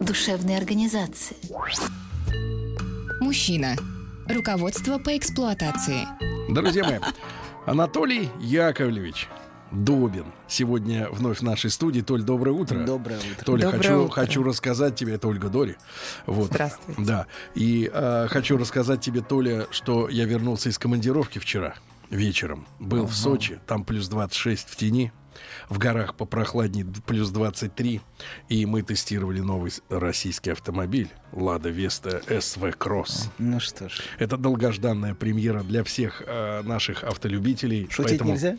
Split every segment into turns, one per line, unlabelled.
душевной организации.
Мужчина. Руководство по эксплуатации.
Друзья мои, Анатолий Яковлевич Добин сегодня вновь в нашей студии. Толь, доброе утро.
Доброе утро.
Толя,
Доброе
хочу,
утро.
хочу рассказать тебе, это Ольга Дори. Вот.
Здравствуйте.
Да. И э, хочу рассказать тебе, Толя, что я вернулся из командировки вчера вечером. Был в Сочи, там плюс 26 в тени. В горах попрохладнее д- плюс 23. И мы тестировали новый с- российский автомобиль «Лада Веста СВ Кросс».
Ну что ж,
Это долгожданная премьера для всех э, наших автолюбителей.
шутить
поэтому- Э,
нельзя?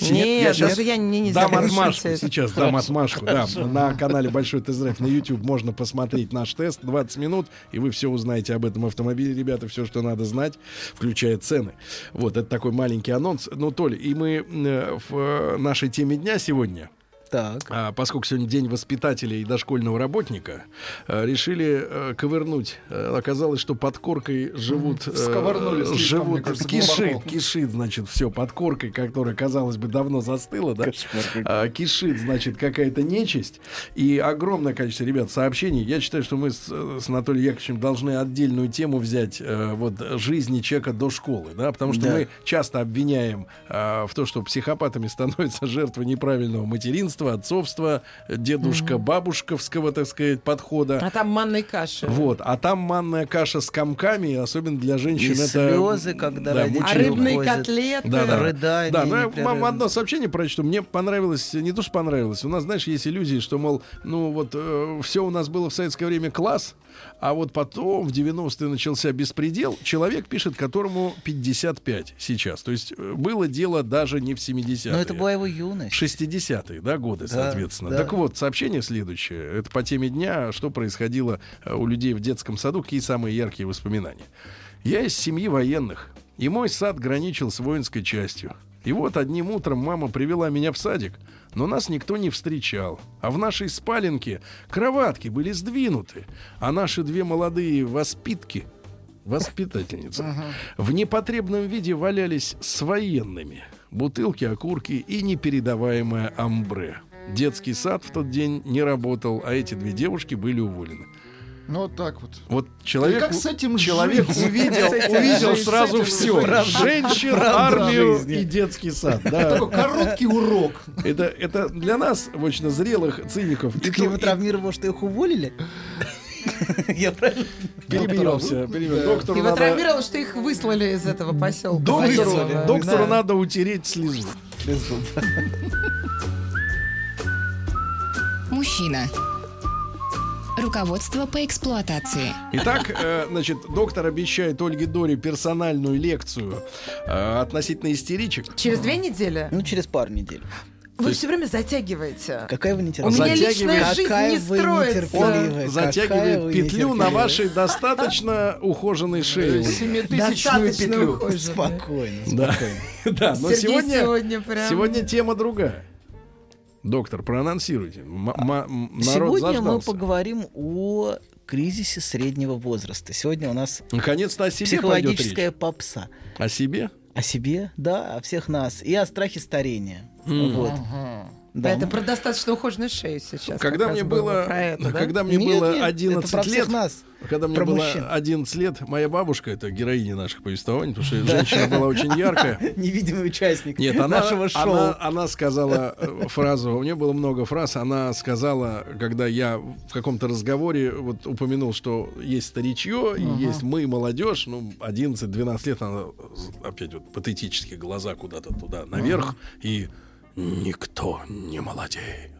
Нет,
Нет,
я сейчас
даже я не, не
дам
знаю,
отмашку.
слушайте, это-
Сейчас дам отмашку. Да, на канале Большой Тест-Драйв на YouTube можно посмотреть наш тест. 20 минут, и вы все узнаете об этом автомобиле, ребята, все, что надо знать, включая цены. Вот, это такой маленький анонс. Ну, Толь, и мы э, в э, нашей теме дня сегодня
Так.
а, поскольку сегодня день воспитателя и дошкольного работника, э, решили э, ковырнуть. Э, Оказалось, что под коркой живут... э,
Сковырнули слишком, мне
живут
кажется,
кишит,
глубоко.
кишит, значит, все под коркой, которая, казалось бы, давно застыла, да? А, Кишит, значит, какая-то нечисть. И огромное количество, ребят, сообщений. Я считаю, что мы с, э, с Анатолием Яковлевичем должны отдельную тему взять э, вот жизни человека до школы, да? Потому что
Да.
мы часто обвиняем а, в то, что психопатами становятся жертвы неправильного материнства, отцовства, дедушка-бабушковского, так сказать, подхода.
А там манной каши.
Вот, а там манная каша с комками, особенно для женщин
И
это
слезы, когда
да,
родители
А
мучают.
рыбные
уходят.
котлеты.
Да, да.
Рыдание
Да, ну я
непрерывно.
вам одно сообщение прочту. Мне понравилось, не то что понравилось, у нас, знаешь, есть иллюзии, что, мол, ну вот все у нас было в советское время класс, а вот потом в 90-е начался беспредел. Человек пишет, которому 55 сейчас. То есть э, было дело даже не в 70-е.
Ну,
Но это была его юность.
60-е, да, годы,
Да,
соответственно.
да.
Так вот, сообщение следующее. Это по теме дня, что происходило э, у людей в детском саду, какие самые яркие воспоминания. Я из семьи военных, и мой сад граничил с воинской частью. И вот одним утром мама привела меня в садик, но нас никто не встречал. А в нашей спаленке кроватки были сдвинуты, а наши две молодые воспитки воспитательница. В непотребном виде валялись с военными. Бутылки, окурки и непередаваемое амбре. Детский сад в тот день не работал, а эти две девушки были уволены.
Ну, вот так вот.
Вот человек,
И как с этим
человек
жить?
увидел,
С этим
увидел
жить, с
сразу
этим
все.
жить.
Женщин,
Правда
армию
жизни.
и детский сад. Да.
Такой короткий урок.
Это, это для нас, в общем, зрелых циников.
Ты к
И то-
нему травмировал, что их уволили? Я правильно?
и перебьемся, перебьем. Доктору
Его
надо-
травмировало, что их выслали из этого поселка.
доктору-
Выслали.
доктору
Да.
надо утереть слезу.
Мужчина. Руководство по эксплуатации.
Итак, э, значит, доктор обещает Ольге Доре персональную лекцию э, относительно истеричек.
Через две недели?
Ну, через пару недель.
Вы все время затягиваете.
Какая вы
У меня
нетерпеливая.
личная
Затягивает.
жизнь
Какая
не
вы
строится.
нетерпеливая, какая
Затягивает
вы
петлю на
нетерпеливая.
вашей достаточно ухоженной шее.
Семитысячную
Достаточно
петлю.
ухоженная.
Спокойно,
Да.
спокойно.
Да, но
Сергей
сегодня,
сегодня прям-
сегодня тема другая. Доктор, проанонсируйте. М- м- м- народ
Сегодня мы
заждался.
поговорим о кризисе среднего возраста. Сегодня у нас
Наконец-то о себе пойдет речь.
психологическая попса.
О себе?
О себе, да, о всех нас. И о страхе старения.
Мгм.
Вот. Да,
это
мы-
про достаточно ухоженную шею сейчас.
Когда
как
мне
раз
было,
про это, да?
когда мне
Нет, нет,
было
это
11
про всех
лет,
нас.
Когда мне
Про
было
мужчин.
11 лет, моя бабушка, это героиня наших повествований, потому что женщина была очень яркая.
Невидимый участник
Нет, а она,
нашего шоу.
она, она сказала э, фразу, у нее было много фраз, она сказала, когда я в каком-то разговоре вот упомянул, что есть старичье и есть мы, молодежь, ну, 11-12 лет, она э, опять вот патетически глаза куда-то туда наверх, и никто не молодеет.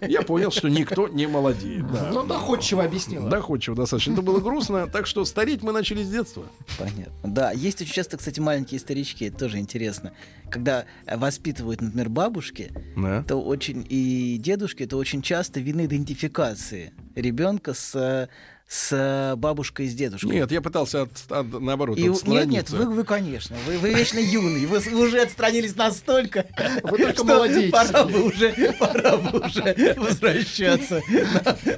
Я понял, что никто не молодеет. Да.
Ну, доходчиво объяснила.
Доходчиво достаточно. Это было грустно, так что стареть мы начали с детства.
Понятно. Да, есть очень часто, кстати, маленькие старички, это тоже интересно. Когда э, воспитывают, например, бабушки,
Да.
то очень и дедушки, то очень часто вины идентификации ребенка с, э, с бабушкой и с дедушкой.
Нет, я пытался от, от- наоборот
И у- нет,
отстраниться.
нет, вы, вы, конечно, вы, вы вечно юный, вы, с- вы уже отстранились настолько,
Вы только
что
молодеете.
пора бы уже, пора бы уже возвращаться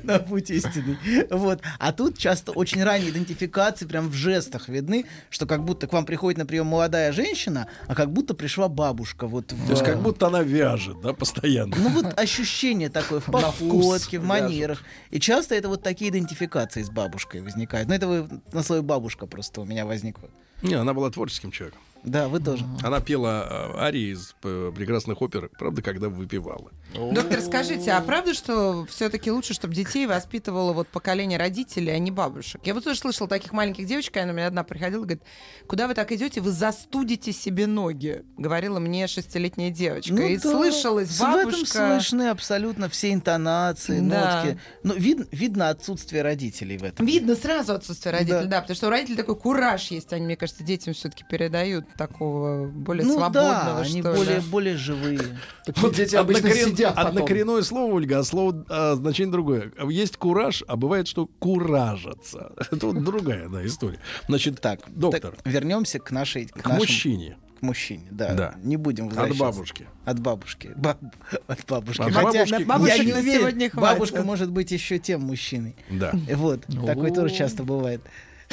на, на путь истины. Вот. А тут часто очень ранние идентификации прям в жестах видны, что как будто к вам приходит на прием молодая женщина, а как будто пришла бабушка. Вот в-
То есть как будто она вяжет, да, постоянно.
Ну вот ощущение такое в походке, в манерах. И часто это вот такие идентификации с бабушкой возникают. Ну это вы на слове бабушка просто у меня возникло.
Не, она была творческим человеком.
Да, вы тоже.
Она пела э, арии из э, прекрасных опер, правда, когда выпивала.
Доктор, скажите, а правда, что все-таки лучше, чтобы детей воспитывало вот поколение родителей, а не бабушек? Я вот тоже слышала таких маленьких девочек, она у меня одна приходила, говорит, куда вы так идете, вы застудите себе ноги, говорила мне шестилетняя девочка.
Ну
И
да,
слышалась
с- В этом
бабушка.
слышны абсолютно все интонации,
Да.
нотки. Ну, вид- видно отсутствие родителей в этом.
Видно сразу отсутствие родителей, да.
Да.
потому что у родителей такой кураж есть, они, мне кажется, детям все-таки передают такого более
ну да,
свободного,
они
что ли.
более, более живые.
Такие дети обычно
Однокорен-
сидят потом.
Однокоренное слово, Ольга, а слово а, значение другое. Есть кураж, а бывает, что куражатся. Это вот другая, да, история. Значит,
Так,
доктор,
вернемся к нашей, к,
к
нашему-
мужчине
к мужчине, да.
Да.
Не будем
от
возвращаться.
бабушки.
От бабушки. Баб- От бабушки.
От
Хотя
бабушки к
я не
мужчине.
уверен,
сегодня хватит.
бабушка может быть еще тем мужчиной.
Да.
Вот, такое
О.
тоже часто бывает.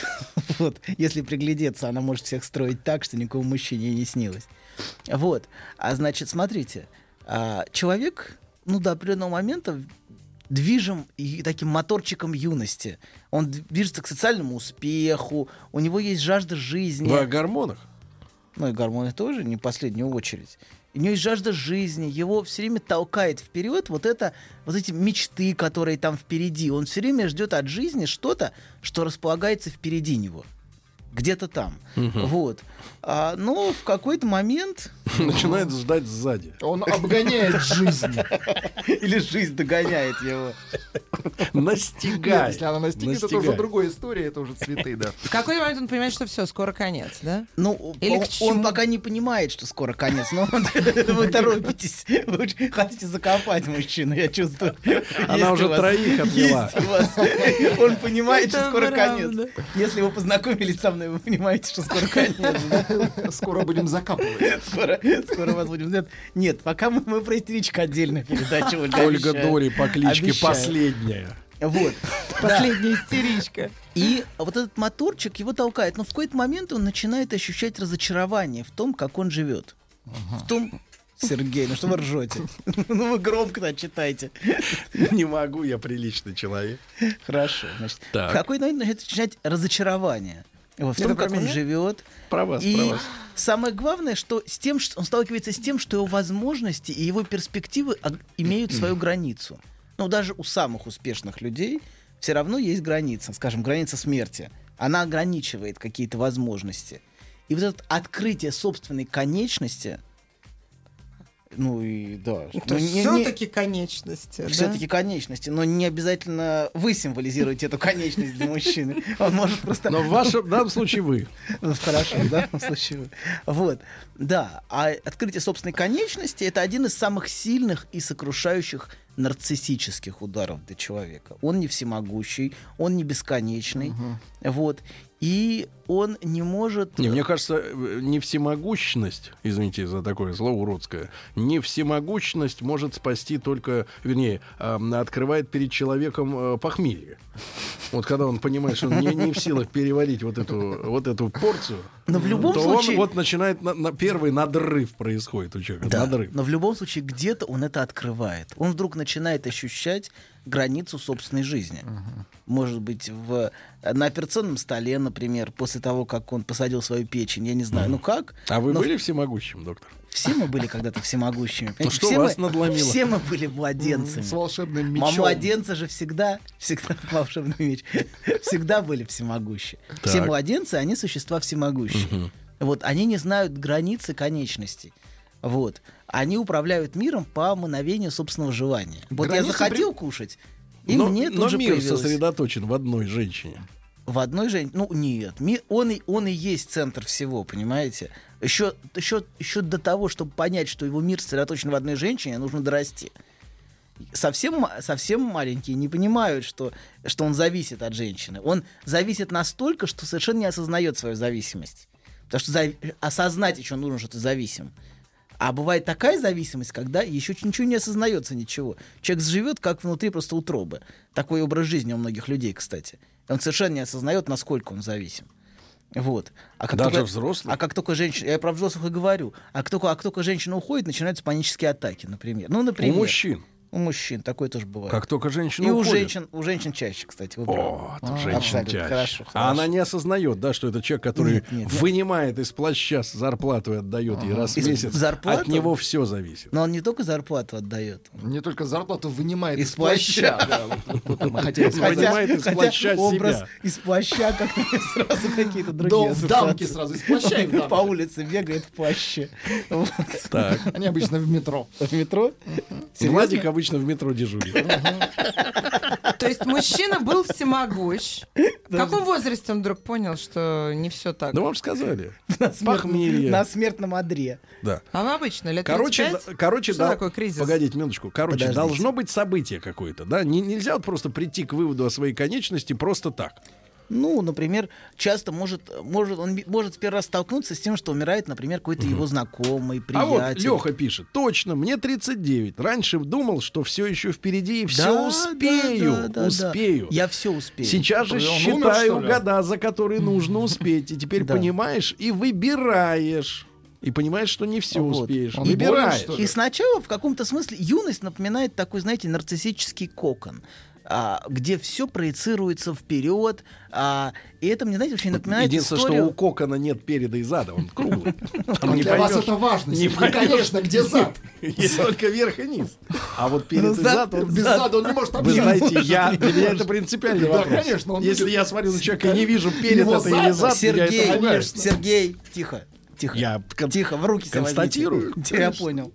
Вот, если приглядеться, она может всех строить так, что никому мужчине и не снилось. Вот, а значит, смотрите, а, человек, ну, до определенного момента движим и таким моторчиком юности. Он д- движется к социальному успеху, у него есть жажда жизни.
Вы о гормонах?
Ну и гормоны тоже, не в последнюю очередь. У него есть жажда жизни, его все время толкает вперед вот это, вот эти мечты, которые там впереди. Он все время ждет от жизни что-то, что располагается впереди него. Где-то там. Вот. А, но в какой-то момент...
Начинает ждать сзади.
Он обгоняет жизнь.
Или жизнь догоняет его.
Нет,
Настигает.
Если она настигнет, это уже
Настигает.
другая история, это уже цветы, да.
В какой момент он понимает, что все, скоро конец, да?
Ну,
Или
он,
к чему?
он пока не понимает, что скоро конец, но он- вы торопитесь. Вы очень хотите закопать мужчину, я чувствую.
Она уже троих обняла.
обняла. Он понимает, что
Это
скоро конец.
правда.
Если вы познакомились со мной, вы понимаете, что скоро конец. да?
Скоро будем закапывать.
Скоро, скоро вас будем знать. Нет, пока мы, мы про истеричку отдельно передачу. Ольга,
Ольга
обещаю.
Дори по кличке
Обещаю.
Последняя.
Вот.
Последняя истеричка.
И вот этот моторчик его толкает, но в какой-то момент он начинает ощущать разочарование в том, как он живет. В том, Сергей, ну что вы ржете? Ну вы громко читаете.
Не могу, я приличный человек.
Хорошо. Значит,
Так.
в какой-то момент начинает ощущать разочарование. Вот, в
Это
том,
про
как он
ну, меня?
живет.
Про вас,
и
про вас.
самое главное, что с тем, что он сталкивается с тем, что его возможности и его перспективы а, имеют свою границу. Но даже у самых успешных людей все равно есть граница, скажем, граница смерти. Она ограничивает какие-то возможности. И вот это открытие собственной конечности, ну и да. ну, не- не-
Все-таки конечности. да?
все-таки конечности, но не обязательно вы символизируете эту конечность для мужчины. Он может просто...
Но в вашем данном случае вы.
Ну, Хорошо, да, в данном случае. вы. Вот, да. А открытие собственной конечности — это один из самых сильных и сокрушающих нарциссических ударов для человека. Он не всемогущий, он не бесконечный, вот. И он не может...
Не, мне кажется, э, не всемогущность, извините за такое слово уродское, не всемогущность может спасти только, вернее, ам, открывает перед человеком э, похмелье. Вот когда он понимает, что он не, не в силах переварить вот эту, вот эту порцию,
Но ну, в любом
то
случае...
он вот начинает, на, на- первый надрыв происходит у человека.
Да,
Надрыв.
но в любом случае где-то он это открывает. Он вдруг начинает ощущать границу собственной жизни. Может быть, в, на операционном столе, например, после того, как он посадил свою печень, я не знаю, ну как.
А вы
но
были всемогущим, доктор?
Все мы были когда-то всемогущими. понимаете?
что
все
вас
мы,
надломило?
Все мы были
С
младенцами.
волшебным
М-
мечом.
Младенцы же всегда, всегда волшебный меч, всегда были всемогущи. Все
Так.
младенцы, они существа всемогущие. Вот они не знают границы конечностей. Вот. Они управляют миром по мановению собственного желания. Вот
Границы
я захотел кушать, и
но
мне тут
но
же
мир
появилось.
сосредоточен в одной женщине.
В одной женщине. Ну, нет. Ми- Он и, он и есть центр всего, понимаете? Еще, еще, еще до того, чтобы понять, что его мир сосредоточен в одной женщине, нужно дорасти. Совсем, ма- совсем маленькие не понимают, что, что он зависит от женщины. Он зависит настолько, что совершенно не осознает свою зависимость. Потому что зави- осознать еще нужно, что ты зависим. А бывает такая зависимость, когда еще ч- ничего не осознается ничего. Человек живет как внутри просто утробы. Такой образ жизни у многих людей, кстати. Он совершенно не осознает, насколько он зависим. Вот. А как
Даже
только-
взрослых?
А как только женщина... Я про взрослых и говорю. А как только, а как только женщина уходит, начинаются панические атаки, например. Ну, например.
У мужчин.
У мужчин. Такое тоже бывает.
Как только женщина
и у
уходит.
женщин, у женщин чаще, кстати. вы правы.
О, тут женщин
абсолютно.
чаще.
Хорошо,
А
хорошо.
она не осознает, да, что это человек, который
Нет, нет, нет.
вынимает из плаща зарплату и отдает ей раз в
Из
месяц.
зарплаты?
От него все зависит.
Но он не только зарплату отдает.
Мне только зарплату вынимает
Из
из плаща. Да, вот- вот
Ну,
это мы хотели сказать.
Вынимает из плаща
образ
себя.
из плаща как-то сразу какие-то
До
другие
в дамки
ассоциации.
сразу из плаща и в дамки.
По улице бегает в плаще. Вот.
Так.
Они обычно в метро.
В метро.
Владик обычно в метро дежурит.
То есть мужчина был всемогущ. В каком возрасте он вдруг понял, что не все так?
Да Ну, вам же сказали.
На смертном-
Похмелье.
На смертном одре.
Да.
А вы обычно лет
Короче,
35?
да- короче,
Что
да.
такое кризис?
Погодите, минуточку. Короче,
Подождите.
должно быть событие какое-то, да? Не- нельзя вот просто прийти к выводу о своей конечности просто так.
Ну, например, часто может, может, он ми- может в первый раз столкнуться с тем, что умирает, например, какой-то его знакомый,
А вот
приятель.
Леха пишет: точно, мне 39. Раньше думал, что все еще впереди и все
Да,
успею.
да, да, да, да.
успею.
Я все успею.
Сейчас же
Он умер,
считаю
что ли?
года, за которые нужно успеть. И теперь
Да.
понимаешь и выбираешь. И понимаешь, что не все
Вот.
успеешь.
Он болен,
Выбираешь.
что ли?
И сначала в каком-то смысле юность напоминает такой, знаете, нарциссический кокон, а, где все проецируется вперед. а, и это мне, знаете, очень напоминает
Единственное,
историю...
что у Кокона нет переда и зада, он круглый. Там
А
не
для вас
поймешь.
это важно.
Не
Сергей.
поймешь.
конечно, где зад?
Есть только вверх и низ. А вот перед и
зад-
зад он
Без зада он не может
Вы
объехать.
знаете, я, для меня это принципиальный
Да,
вопрос.
конечно, он
Если
будет-
я смотрю на человека и не вижу перед
Его
это или
зада.
зад, я это
Сергей,
понимаю.
Сергей, тихо, тихо.
Я кон-
Тихо, в руки себя
констатирую,
возьмите.
конечно.
Я понял.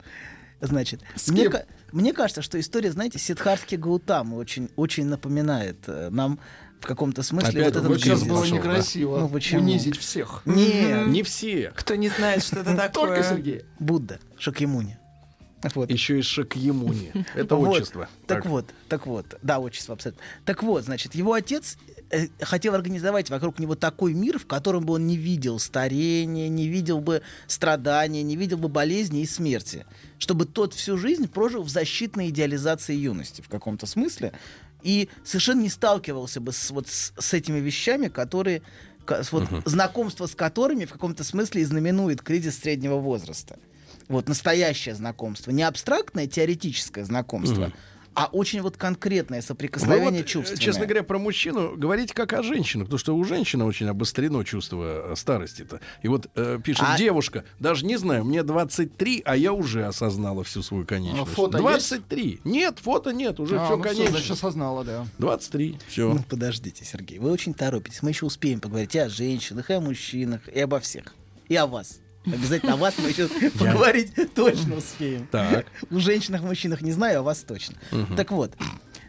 Значит, мне, ка- мне кажется, что история, знаете, Сиддхартхи Гаутамы очень, очень напоминает э, нам в каком-то смысле
Опять
вот этот
Вот сейчас
кризис.
было
Пошел, да.
некрасиво
Ну, почему?
унизить всех.
Не,
Не все.
Кто не знает, что это такое.
Только Сергей.
Будда, Шакьямуни. Вот.
Еще и Шакьямуни. Это
типа, Вот.
отчество.
Так, вот, так вот, да, отчество абсолютно. Так вот, значит, его отец э, хотел организовать вокруг него такой мир, в котором бы он не видел старения, не видел бы страдания, не видел бы болезни и смерти, чтобы тот всю жизнь прожил в защитной идеализации юности в каком-то смысле и совершенно не сталкивался бы с вот с, с этими вещами, которые ка- с вот знакомство с которыми в каком-то смысле и знаменует кризис среднего возраста вот настоящее знакомство, не абстрактное теоретическое знакомство, а очень вот конкретное
Вы вот,
соприкосновение
э,
чувств.
честно говоря, про мужчину говорите как о женщинах, потому что у женщины очень обострено чувство э, старости-то. И вот э, пишет
А-
девушка, даже не знаю, мне 23, а я уже осознала всю свою конечность.
фото
23. Нет, фото нет, уже
А,
все
ну всё,
конечность.
значит, осознала, да.
23. Все.
Ну, подождите, Сергей, вы очень торопитесь. Мы еще успеем поговорить и о женщинах, и о мужчинах, и обо всех. И о вас. Обязательно о вас мы еще поговорить точно успеем.
Так.
У женщинах, мужчинах не знаю, а вас точно. Так вот.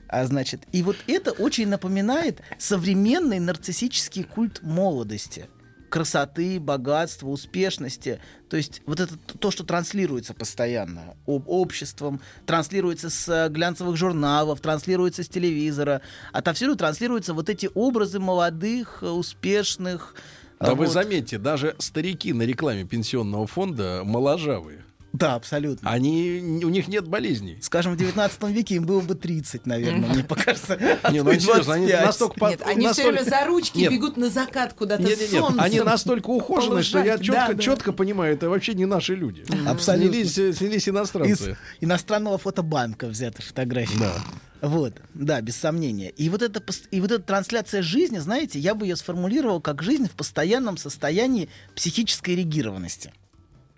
А значит, и вот это очень напоминает современный нарциссический культ молодости. Красоты, богатства, успешности. То есть вот это т- то, что транслируется постоянно об- обществом, транслируется с э, глянцевых журналов, транслируется с телевизора. Отовсюду транслируются вот эти образы молодых, э, успешных.
Да
э,
вы
вот.
заметьте, даже старики на рекламе пенсионного фонда моложавые.
Да, абсолютно.
Они, у них нет болезней.
Скажем, в 19 веке им было бы 30, наверное, мне покажется. а
Не,
то
ну,
и
серьезно, они
25.
настолько... по-
Нет, они все
настолько-
время за ручки
Нет.
бегут на закат куда-то
Нет,
с
нет, нет,
солнцем.
они настолько ухожены, что я
полужать.
четко,
Да, да.
четко понимаю, это вообще не наши люди.
Абсолютно.
Снялись, э, снялись
Из
иностранцы.
иностранного фотобанка взяты фотографии.
Да.
Вот, да, без сомнения. И вот, эта, пос- и вот эта трансляция жизни, знаете, я бы ее сформулировал как жизнь в постоянном состоянии психической регированности.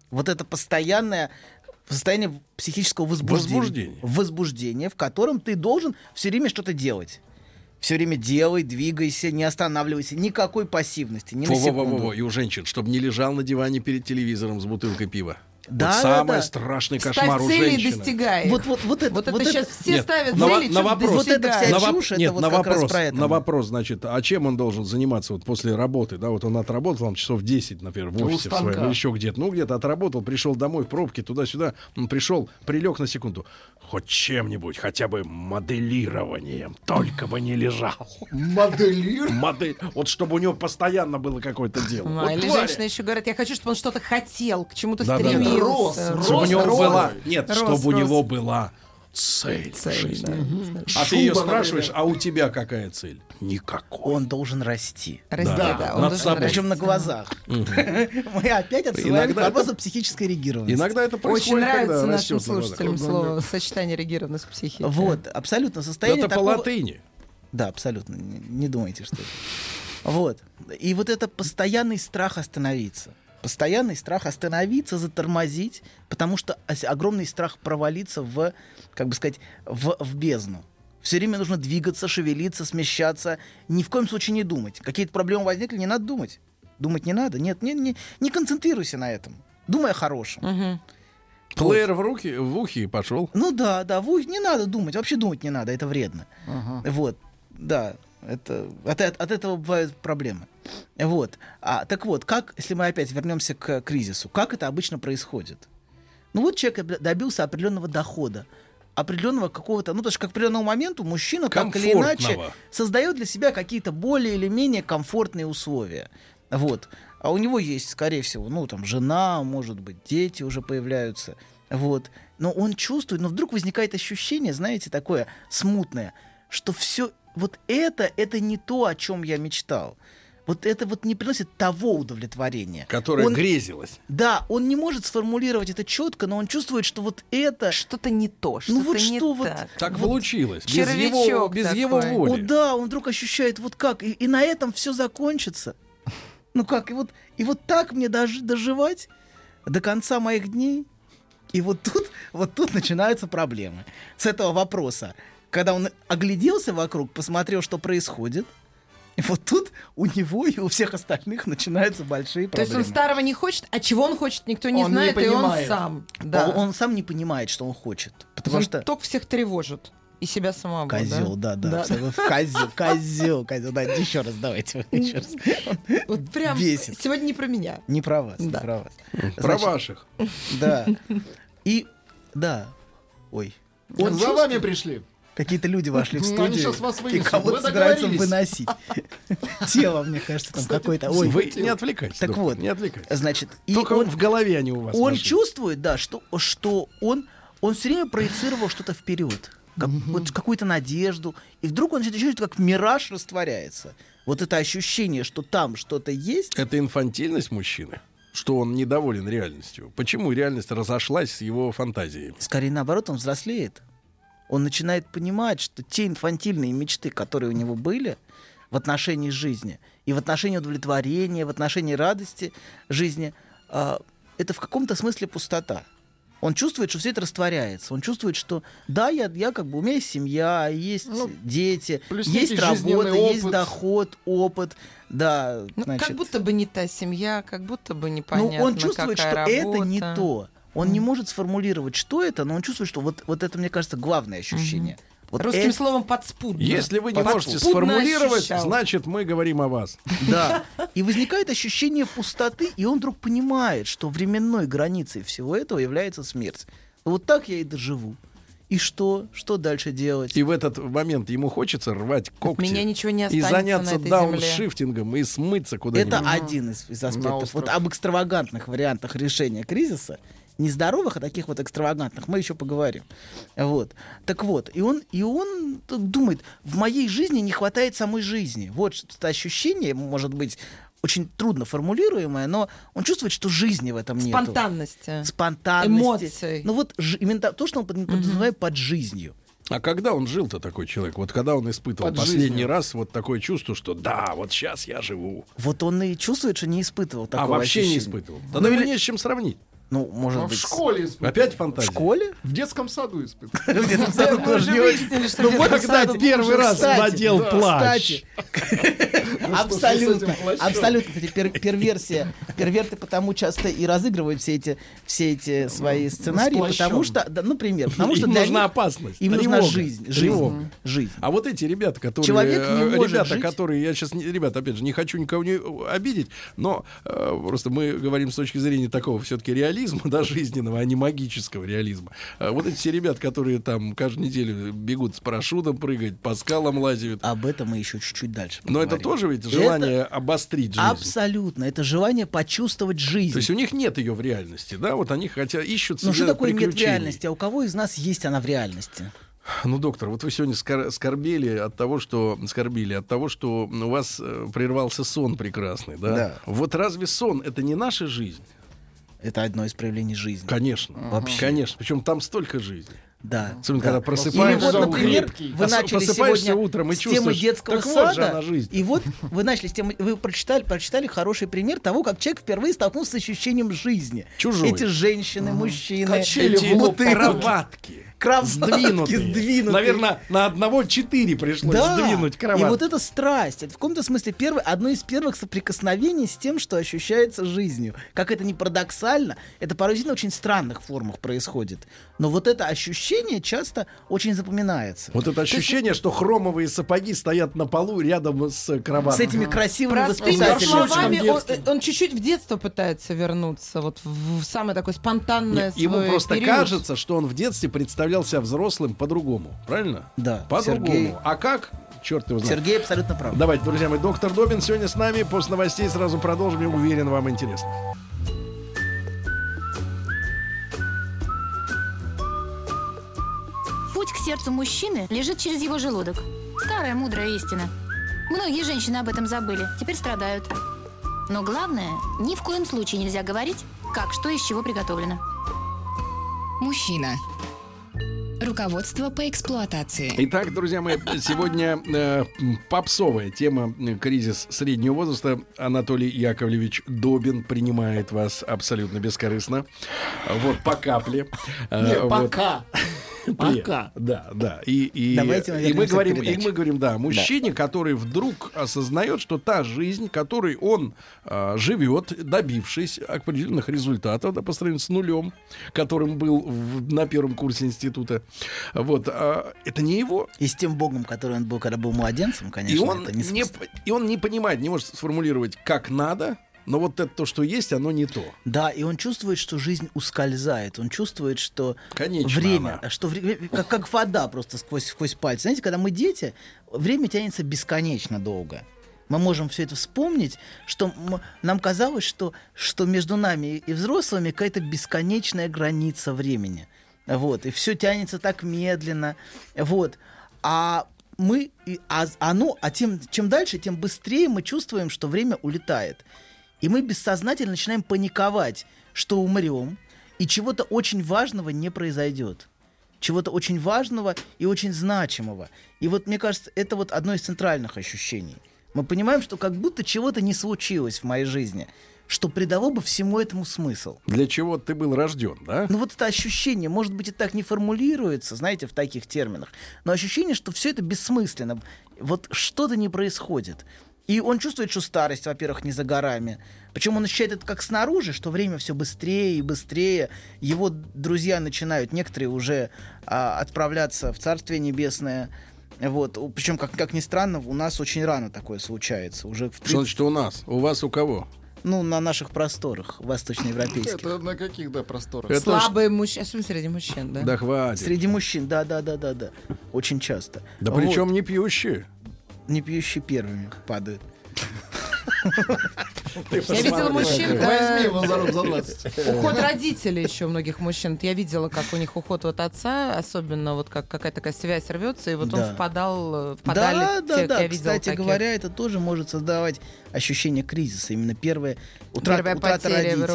Вот это постоянное состояние психического возбуждения.
Возбуждение.
Возбуждение, в котором ты должен все время что-то делать. Все время делай, двигайся, не останавливайся, никакой пассивности, ни на
Во-во-во-во-во.
секунду.
И у женщин, чтобы не лежал на диване перед телевизором с бутылкой пива.
Да, да,
вот самый
да.
страшный
Ставь
кошмар у
цели и
женщины.
достигай.
Вот, вот, вот это,
Вот это
вот
сейчас все
Нет,
ставят
на во-
цели,
на
чё-то
вопрос.
достигать.
Вот это вся
воп-
чушь, это
нет,
вот
на
как раз
вопрос,
про это.
на вопрос, значит, а чем он должен заниматься вот после работы, да, вот он отработал там часов 10, например, в
У
офисе в
станка.
своем, или еще где-то, ну, где-то отработал, пришел домой, пробки туда-сюда, м, пришел, прилег на секунду, хоть чем-нибудь, хотя бы моделированием, только бы не лежал.
Моделир.
Модель, вот чтобы у него постоянно было какое-то дело.
Ну,
Вот
или
тварь.
женщина еще говорит, я хочу, чтобы он что-то хотел, к чему-то
Да-да-да.
стремился.
Рос, рос.
Чтобы у него
Рост,
была,
рост.
нет,
Рост,
чтобы у
рост.
него была цель. в
Цель,
жизни.
да.
А ты ее
Шуба,
спрашиваешь, а у тебя какая цель? Никакой.
Он должен расти.
Расти,
Да.
да.
Над
он должен
собой.
расти.
Причем на глазах. Мы опять отсылаем к
Иногда
вопросу психической регированности.
Иногда это происходит,
Очень нравится
когда
нашим
растёт на глазах.
слушателям слово сочетание регированность психики.
Вот, абсолютно состояние
Это по
такого-
латыни.
Да, абсолютно. Не, не думайте, что это. Вот. И вот это постоянный страх остановиться. Постоянный страх остановиться, затормозить, потому что ос- огромный страх провалиться в, как бы сказать, в, в бездну. Все время нужно двигаться, шевелиться, смещаться. Ни в коем случае не думать. Какие-то проблемы возникли, не надо думать. Думать не надо. Нет, не, не, не концентрируйся на этом. Думай о хорошем.
Мгм.
Плеер в руки, в ухе и пошел.
Ну да, да, в ух- не надо думать, вообще думать не надо, это вредно. Вот, да, это, от, э- от этого бывают проблемы. Вот, а, так вот, как, если мы опять вернемся к кризису, как это обычно происходит? Ну вот человек обе- добился определенного дохода, определенного какого-то, ну потому что к определенному моменту мужчина так или иначе
Комфортного.
создает для себя какие-то более или менее комфортные условия. Вот. А у него есть, скорее всего, ну, там, жена, может быть, дети уже появляются. Вот. Но он чувствует, но вдруг возникает ощущение, знаете, такое смутное, что все вот это, это не то, о чем я мечтал. Вот это вот не приносит того удовлетворения.
Которая
Он-
грезилась.
Да, он не может сформулировать это четко, но он чувствует, что вот это...
Что-то не то, что-то
Э, Ну вот
не
что вот-
так.
Так
Вот
получилось. Без
червячок
его, без
такой.
его
О,
воли.
да, он вдруг ощущает, вот как, и, и на этом все закончится. Ну как, и вот, и вот так мне даже доживать до конца моих дней. И вот тут, вот тут начинаются проблемы с этого вопроса. Когда он огляделся вокруг, посмотрел, что происходит, и вот тут у него и у всех остальных начинаются большие
То есть
проблемы.
он старого не хочет, а чего он хочет, никто не
Он не
знает, и он
понимает.
сам.
А
Да.
он, он сам не понимает, что он хочет. Потому
Он
что...
только всех тревожит. И себя самого. да.
Козел, да, да. Козел, козел, козел. Да, еще раз давайте. Еще раз.
Вот прям
Бесит.
сегодня не про меня.
Не про вас, не
Да.
про вас.
Про
Значит,
ваших.
Да. И да. Ой.
Он за вами пришли.
Какие-то люди вошли в
Ну,
студию
они щас вас
и
вынесут.
кого-то
Вы
собираются
договорились.
выносить. Тело, мне кажется, там какое-то. Ой,
Вы не отвлекайтесь.
Так
доктор,
вот.
Не отвлекайтесь.
Значит, и
Только
он,
в голове они у вас.
он
наши.
чувствует, да, что, что он, он все время проецировал что-то вперед. Как- вот какую-то надежду. И вдруг он начинает ощущать, как мираж растворяется. Вот это ощущение, что там что-то есть,
Это инфантильность мужчины, что он недоволен реальностью. Почему реальность разошлась с его фантазией?
Скорее наоборот, он взрослеет. Он начинает понимать, что те инфантильные мечты, которые у него были в отношении жизни, и в отношении удовлетворения, в отношении радости жизни, а, это в каком-то смысле пустота. Он чувствует, что все это растворяется. Он чувствует, что да, я, я как бы у меня есть семья, есть
Ну,
дети,
плюс
есть
некий
работа,
жизненный
есть
опыт.
доход, опыт, да,
Ну,
значит.
как будто бы не та семья, как будто бы
Ну,
непонятно.
он чувствует, что
какая
это не
работа.
то. Он не
Мгм.
может сформулировать, что это, но он чувствует, что вот, вот это, мне кажется, главное ощущение. Вот
Русским
э-
словом подспудно.
Если вы не
Подспудно
можете сформулировать,
ощущал.
значит, мы говорим о вас.
Да. И возникает ощущение пустоты, и он вдруг понимает, что временной границей всего этого является смерть. Вот так я и доживу. И что? Что дальше делать?
И в этот момент ему хочется рвать когти.
меня ничего не
И
останется на
заняться
этой земле.
дауншифтингом и смыться куда-нибудь.
Это один из, из аспектов.
остров.
Вот об экстравагантных вариантах решения кризиса, не здоровых, а таких вот экстравагантных, мы еще поговорим. Вот. Так вот, и он, и он тут думает, в моей жизни не хватает самой жизни. Вот что- это ощущение, может быть, очень трудно формулируемое, но он чувствует, что жизни в этом нет.
Спонтанности.
Спонтанности.
Эмоций.
Ну вот ж- именно та- то, что он под- подразумевает под жизнью.
А когда он жил-то такой человек? Вот когда он испытывал
Под
последний
жизнью.
раз вот такое чувство, что да, вот сейчас я живу.
Вот он и чувствует, что не испытывал такого
а вообще
ощущения.
не испытывал. А Да ну,
или-
не с чем сравнить.
Ну, может
Он в
быть.
школе испытывал.
Опять
В
фантазия.
школе?
В детском саду испытывал.
В детском саду
Мы
тоже
уже
не очень.
выяснили, что
Ну
в
вот
детском
когда
саду
первый раз
Кстати,
надел плащ.
Кстати, Абсолютно.
плащом?
Абсолютно. Кстати, пер- перверсия. Перверты потому часто и разыгрывают все эти, все эти свои сценарии,
Ну, плащом.
потому что, да, ну, пример, потому что
Им
для
нужна
них-
опасность.
Им нужна
тревога,
жизнь.
тревога.
Жизнь. Жизнь.
А вот эти ребята, которые...
Человек не
э,
может
Ребята,
жить.
которые... Я сейчас, ребят, опять же, не хочу никого не э, обидеть, но э, просто мы говорим с точки зрения такого все-таки реализма, да, жизненного, а не магического реализма. Э, вот эти все ребята, которые там каждую неделю бегут с парашютом прыгать, по скалам лазят.
Об этом мы еще чуть-чуть дальше
Но это
поговорим.
тоже ведь
Это
желание обострить жизнь.
Абсолютно. Это желание почувствовать жизнь.
То есть у них нет ее в реальности, да? Вот они хотя ищут
ну
себе
что такое нет
приключений.
реальности? А у кого из нас есть она в реальности?
Ну, доктор, вот вы сегодня скор- скорбели от того, что скорбили от того, что у вас э, прервался сон прекрасный, да?
Да.
Вот разве сон это не наша жизнь?
Это одно из проявлений жизни.
Конечно, вообще, конечно. Причем там столько жизни.
Да.
Особенно
да.
когда
Или
просыпаешься.
вот,
Зал
например,
крепкий.
вы
Ос-
начали
просыпаешься
сегодня
утром и
с темы
чувствуешь,
детского
так вот же
сада,
она жизнь.
и вот вы начали с темы, вы прочитали, прочитали хороший пример того, как человек впервые столкнулся с ощущением жизни.
Чужой.
Эти женщины, мужчины,
Эти
эти бутылки,
кроватки.
кроватки
Сдвинутые.
сдвинутые.
Наверное, на одного четыре пришлось
Да.
сдвинуть кроватки.
И вот эта страсть, это в каком-то смысле первый, одно из первых соприкосновений с тем, что ощущается жизнью. Как это не парадоксально, это порой действительно в очень странных формах происходит. Но вот это ощущение часто очень запоминается.
Вот это ощущение, что хромовые сапоги стоят на полу рядом с
С
кроваткой.
этими красивыми
Простыми
воспитательницами.
словами, он, э, он чуть-чуть в детство пытается вернуться, вот в, в самое такое спонтанное
Не, ему
свой
просто
период.
кажется, что он в детстве представлял себя взрослым по-другому, правильно?
Да, Сергей.
По-другому. А как? Черт его знает.
Сергей абсолютно прав.
Давайте, друзья мои, доктор Добин сегодня с нами. После новостей сразу продолжим. Я уверен, вам интересно.
Путь к сердцу мужчины лежит через его желудок. Старая мудрая истина. Многие женщины об этом забыли, теперь страдают. Но главное, ни в коем случае нельзя говорить, как что из чего приготовлено.
Мужчина. Руководство по эксплуатации.
Итак, друзья мои, сегодня э, м, попсовая тема э, кризис среднего возраста. Анатолий Яковлевич Добин принимает вас абсолютно бескорыстно. Вот по капле. Э,
Не,
вот.
пока.
Привет.
Пока.
Да, да. И, и,
Давайте мы
и мы
вернемся к
говорим, и
передаче.
мы говорим, да, мужчине, который вдруг осознает, что та жизнь, которой он а, живет, добившись определенных результатов, да, по сравнению с нулем, которым был в- на первом курсе института, вот, а, это не его.
И с тем богом, который он был, когда был младенцем, конечно,
и он
это
не,
не...
п- и он не понимает, не может сформулировать, как надо. Но вот это то, что есть, оно не то.
Да, и он чувствует, что жизнь ускользает. Он чувствует, что
Конечно,
время,
она.
что вре- как, как вода просто сквозь, сквозь пальцы. Знаете, когда мы дети, время тянется бесконечно долго. Мы можем все это вспомнить, что м- нам казалось, что, что между нами и взрослыми какая-то бесконечная граница времени. Вот, и все тянется так медленно. Вот. А мы, и- а, з- оно, а тем, чем дальше, тем быстрее мы чувствуем, что время улетает. И мы бессознательно начинаем паниковать, что умрем, и чего-то очень важного не произойдет. Чего-то очень важного и очень значимого. И вот, мне кажется, это вот одно из центральных ощущений. Мы понимаем, что как будто чего-то не случилось в моей жизни, что придало бы всему этому смысл.
Для чего ты был рожден, да?
Ну вот это ощущение, может быть, это так не формулируется, знаете, в таких терминах, но ощущение, что все это бессмысленно, вот что-то не происходит. И он чувствует, что старость, во-первых, не за горами. Причем он ощущает это как снаружи, что время все быстрее и быстрее. Его друзья начинают, некоторые уже а, отправляться в Царствие Небесное. Вот. Причем, как, как ни странно, у нас очень рано такое случается. Уже в
Что
30
значит у нас? У вас у кого?
ну, на наших просторах восточноевропейских.
Это на каких, да, просторах?
Это ж-
Слабые мужчины, особенно среди мужчин, да?
Да хватит.
Среди мужчин, да, да, да, да, да. Очень часто.
Да
Вот.
причем не пьющие.
не пьющие первыми падают.
Я видела мужчин,
Возьми
э,
его за рот за 20.
уход родителей еще у многих мужчин. Я видела, как у них уход от отца, особенно вот как какая-то такая связь рвется, и вот он
Да.
впадал, э, впадали
да, да,
те,
да.
я видела
Кстати
таких.
говоря, это тоже может создавать ощущение кризиса. Именно первое утрата,
Первая
утрата
потеря
родителей. Да.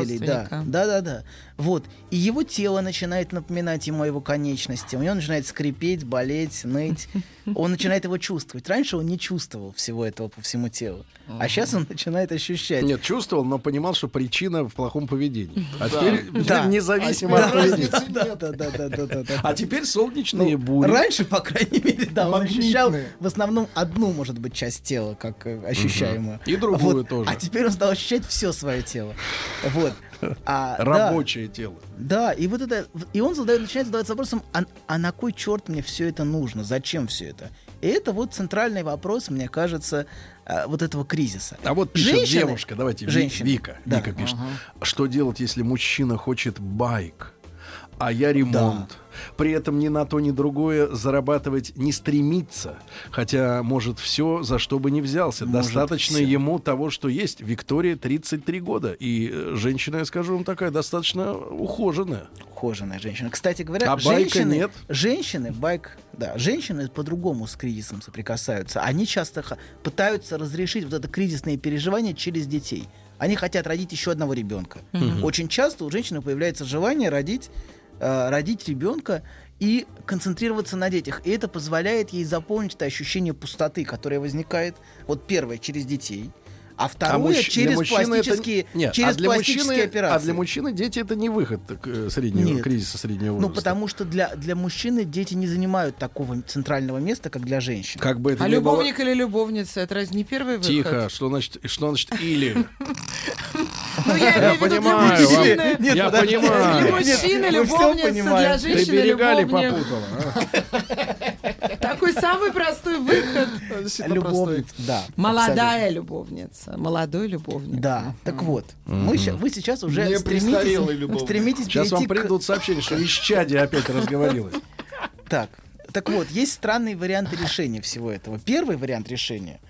родственника.
да, да, да. Вот. И его тело начинает напоминать ему о его конечности. У него начинает скрипеть, болеть, ныть. Он начинает его чувствовать. Раньше он не чувствовал всего этого по всему телу. А сейчас он начинает ощущать.
Нет, чувствовал, но понимал, что причина в плохом поведении. А теперь теперь независимо
Да,
от поведения.
разницы нет. Да, да, да, да, да, да.
А теперь солнечные
Ну,
бури.
Раньше, по крайней мере, да, он
Магнитные.
ощущал в основном одну, может быть, часть тела, как э, ощущаемую.
И другую
Вот.
тоже.
А теперь он стал ощущать все свое тело. Вот. А, да.
Рабочее тело.
Да, и вот это, и он задает, начинает задавать вопросом, а, а на кой черт мне все это нужно, зачем все это? И это вот центральный вопрос, мне кажется, а, вот этого кризиса.
А вот пишет
Женщины-
девушка, давайте, Ви-
Женщины.
Вика.
Да.
Вика пишет. Что делать, если мужчина хочет байк, а я ремонт? При этом ни на то, ни другое зарабатывать не стремится. Хотя, может, все, за что бы не взялся.
Может,
достаточно
всё.
ему того, что есть. Виктория 33 года. И э, женщина, я скажу вам, такая достаточно ухоженная.
Ухоженная женщина. Кстати говоря,
А байка
женщины,
нет?
женщины, байк, да, женщины по-другому с кризисом соприкасаются. Они часто ха- пытаются разрешить вот это кризисные переживания через детей. Они хотят родить еще одного ребенка. Очень часто у женщины появляется желание родить, э, родить ребенка и концентрироваться на детях. И это позволяет ей заполнить это ощущение пустоты, которое возникает, вот первое, через детей, а
мужч-
второе,
для
через
мужчины это-
пластические,
Нет, а
через
для
пластические
мужчины,
операции.
А для мужчины дети это не выход к, э, среднего
Нет.
кризиса среднего
Ну,
возраста.
потому что для, для мужчины дети не занимают такого центрального места, как для женщин.
как бы это
А
ни было-
любовник или любовница, это разве не первый выход?
Тихо, что значит, что значит или?
Ну, я
Я
имею в виду для
понимаю,
мужчины.
ладно. Я понимаю. Нет,
Для мужчины
мы всё
любовница, для
понимаем.
Ты
женщины
берега ли
любовник.
попутала? а?
Такой самый простой выход.
Ну, Действительно простой.
Любовница, да.
Молодая любовница, молодой любовник.
Да, так вот, мы ща- вы сейчас уже
Не
стремитесь,
престарелый любовник.
стремитесь
Сейчас вам
перейти к-
придут сообщения, что исчадие опять разговорилось.
Так, так вот, есть странные варианты решения всего этого. Первый вариант решения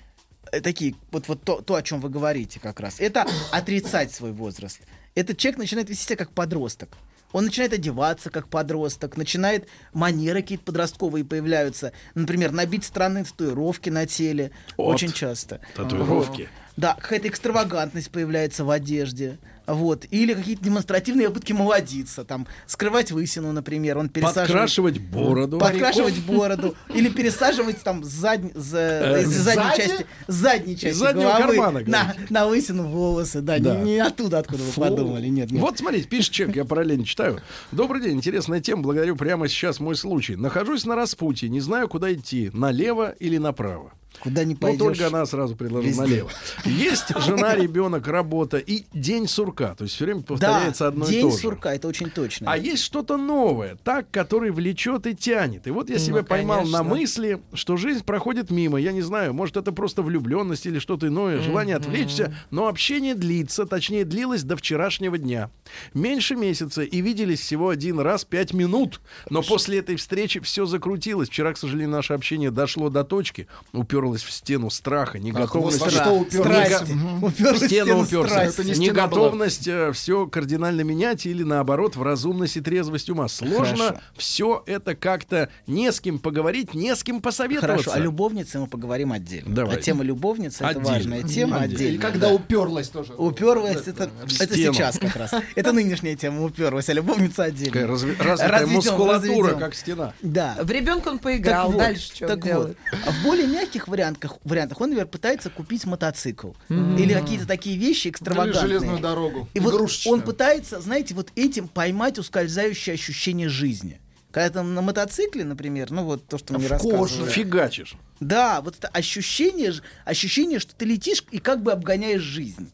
э, такие, вот, вот то, то, о чем вы говорите как раз, это отрицать свой возраст. Этот человек начинает вести себя как подросток. Он начинает одеваться как подросток, начинает манеры какие-то подростковые появляются. Например, набить странные татуировки на теле.
Вот.
Очень часто.
Татуировки.
Да, какая-то экстравагантность появляется в одежде. Вот. Или какие-то демонстративные попытки молодиться. Там, скрывать лысину, например. Он пересаживает...
Подкрашивать бороду.
Подкрашивать бороду. Или пересаживать там задн- за-
Э,
из задней
сзади?
части, с задней части
заднего
головы
кармана,
на,
говорите.
на лысину волосы. Да,
Да.
Не, не оттуда, откуда
Фу.
вы подумали. Нет, нет.
Вот смотрите, пишет человек, я параллельно читаю. Добрый день, интересная тема, благодарю прямо сейчас мой случай. Нахожусь на распутье, не знаю, куда идти, налево или направо.
Куда не
Ну,
пойдешь.
только она сразу предложила
везде.
налево. Есть жена, ребенок, работа и день сурка. То есть все время
Да,
повторяется одно и
день
то же.
сурка, это очень точно.
А есть что-то новое, так, который влечет и тянет. И вот я
Ну,
себя поймал на
конечно.
мысли, что жизнь проходит мимо. Я не знаю, может, это просто влюбленность или что-то иное, желание отвлечься. Но общение длится, точнее, длилось до вчерашнего дня. Меньше месяца, и виделись всего один раз пять минут. Но после этой встречи все закрутилось. Вчера, к сожалению, наше общение дошло до точки, уперлось в стену страха, неготовности.
во что уперлась?
Страсти. Упёрлась
Стена
в стену
уперся.
страсти.
Это не стена была.
Неготовность все кардинально менять или наоборот в разумность и трезвость ума. Сложно
Хорошо.
все это как-то не с кем поговорить, не с кем посоветоваться.
Хорошо, а о любовнице мы поговорим отдельно.
Давай.
А тема любовницы это
Отдельно.
важная тема,
Отдельно.
отдельно.
Или когда
да.
уперлась тоже.
Уперлась, это, это
Стену.
сейчас как раз. Это нынешняя тема уперлась, а любовница
Такая
отдельно.
разви- развитая
Разведем,
мускулатура,
разведем.
как стена.
Да.
В ребенка он
Так
поиграл,
вот,
дальше что он
так
делает?
вот. А в более мягких вариантах, вариантах он, например, пытается купить мотоцикл. Или какие-то такие вещи
Или
экстравагантные.
железную дорогу.
И вот
игрушечную.
он пытается, знаете, вот этим поймать ускользающее ощущение жизни. Когда там на мотоцикле, например, ну вот то, что мне рассказывали.
Фигачишь.
Да, вот это ощущение, ж- ощущение, что ты летишь и как бы обгоняешь жизнь.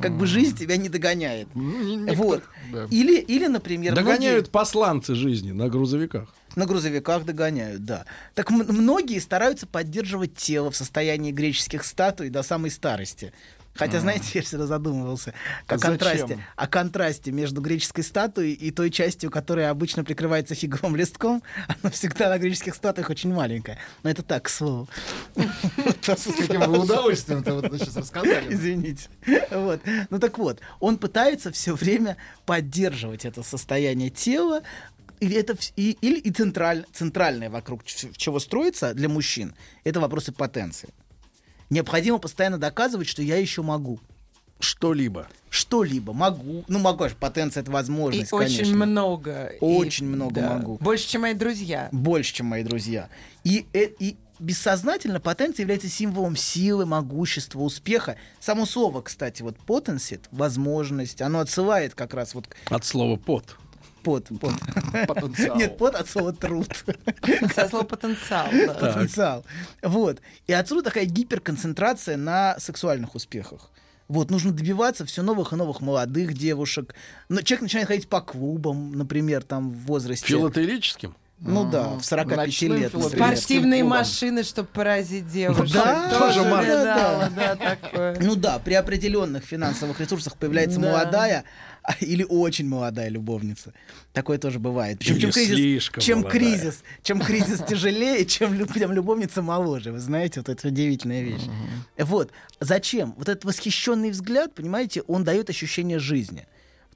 Как бы жизнь тебя не догоняет.
Ну, не- не-
Вот.
да.
Или, или, например, многие-
Догоняют посланцы жизни на грузовиках.
на грузовиках догоняют, да. Так м- многие стараются поддерживать тело в состоянии греческих статуй до самой старости. Хотя, знаете, я всегда задумывался о
Зачем?
контрасте, о контрасте между греческой статуей и той частью, которая обычно прикрывается фиговым листком. Она всегда на греческих статуях очень маленькая. Но это так, к слову.
Каким вы удовольствием-то вот это сейчас рассказали.
Извините. Вот. Ну так вот, он пытается все время поддерживать это состояние тела, и это вс- и, или и централь, центральное вокруг ч- чего строится для мужчин, это вопросы потенции. Необходимо постоянно доказывать, что я еще могу.
Что-либо.
Что-либо могу. Ну, могу, аж потенция это
И
возможность, конечно.
очень много. и-
Очень много
да.
могу.
Больше, чем мои друзья.
Больше, чем мои друзья. И, э- и бессознательно потенция является символом силы, могущества, успеха. Само слово, кстати, вот potency, возможность, оно отсылает как раз вот к
От слова пот.
под. под.
Потенциал.
Нет, под от слова труд.
Со слова потенциал. да.
потенциал. Вот. И отсюда такая гиперконцентрация на сексуальных успехах. Вот, нужно добиваться все новых и новых молодых девушек. Но человек начинает ходить по клубам, например, там в возрасте.
Филателическим?
Ну да, в 45
Ночным
лет.
филателистом.
например.
Спортивные
клубом.
машины, чтобы поразить девушек.
Да,
Тоже
да, да,
видала, да, такое.
Ну да, при определенных финансовых ресурсах появляется
Да.
молодая а, или очень молодая любовница. Такое тоже бывает. Причём
Или
чем кризис,
слишком
чем
молодая.
кризис, чем кризис тяжелее, чем, лю- тем любовница моложе. Вы знаете, вот это удивительная вещь. Вот зачем? Вот этот восхищенный взгляд, понимаете, он дает ощущение жизни.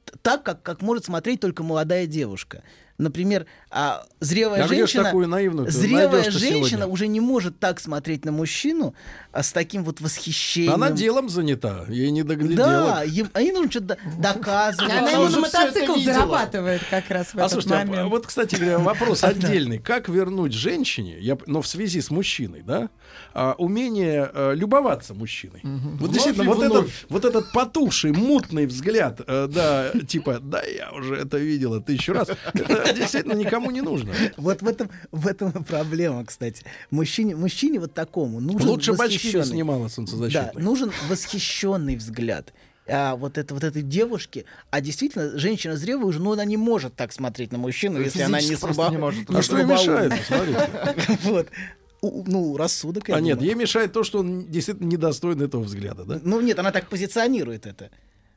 Т- Так, как, как может смотреть только молодая девушка. Например, а, зрелая
А где ж
женщина...
такую наивную ты
зрелая
найдёшь-то
женщина
сегодня?
уже не может так смотреть на мужчину а, с таким вот восхищением.
Она делом занята, ей не
Да,
доглядела.
им, они нужно что-то до- доказывать.
Она ему на
Уже всё это
мотоцикл
видела.
зарабатывает как раз в
А
этот
слушайте, а,
момент.
вот, кстати говоря, вопрос отдельный. Как вернуть женщине, я, п- но в связи с мужчиной, да, а, умение э, любоваться мужчиной? Вот действительно,
и
вот этот,
вновь.
вот этот потухший, мутный взгляд, э, да, типа, да, я уже это видела тысячу раз, это действительно никому не нужно.
Вот в этом, в этом и проблема, кстати. Мужчине, мужчине вот такому нужен
Лучше бы очки не
восхищенный.
снимала
Да,
солнцезащитных.
нужен восхищенный взгляд. А вот, это, вот этой девушки, а действительно, женщина зрелая уже, ну, она не может так смотреть на мужчину, Ну, если она не
Физически просто
слаба.
не может.
а что ей мешает? Смотрите.
Вот. У- Ну, рассудок. я
А нет,
думаю.
ей мешает то, что он действительно недостоин этого взгляда, да?
Ну, нет, она так позиционирует это.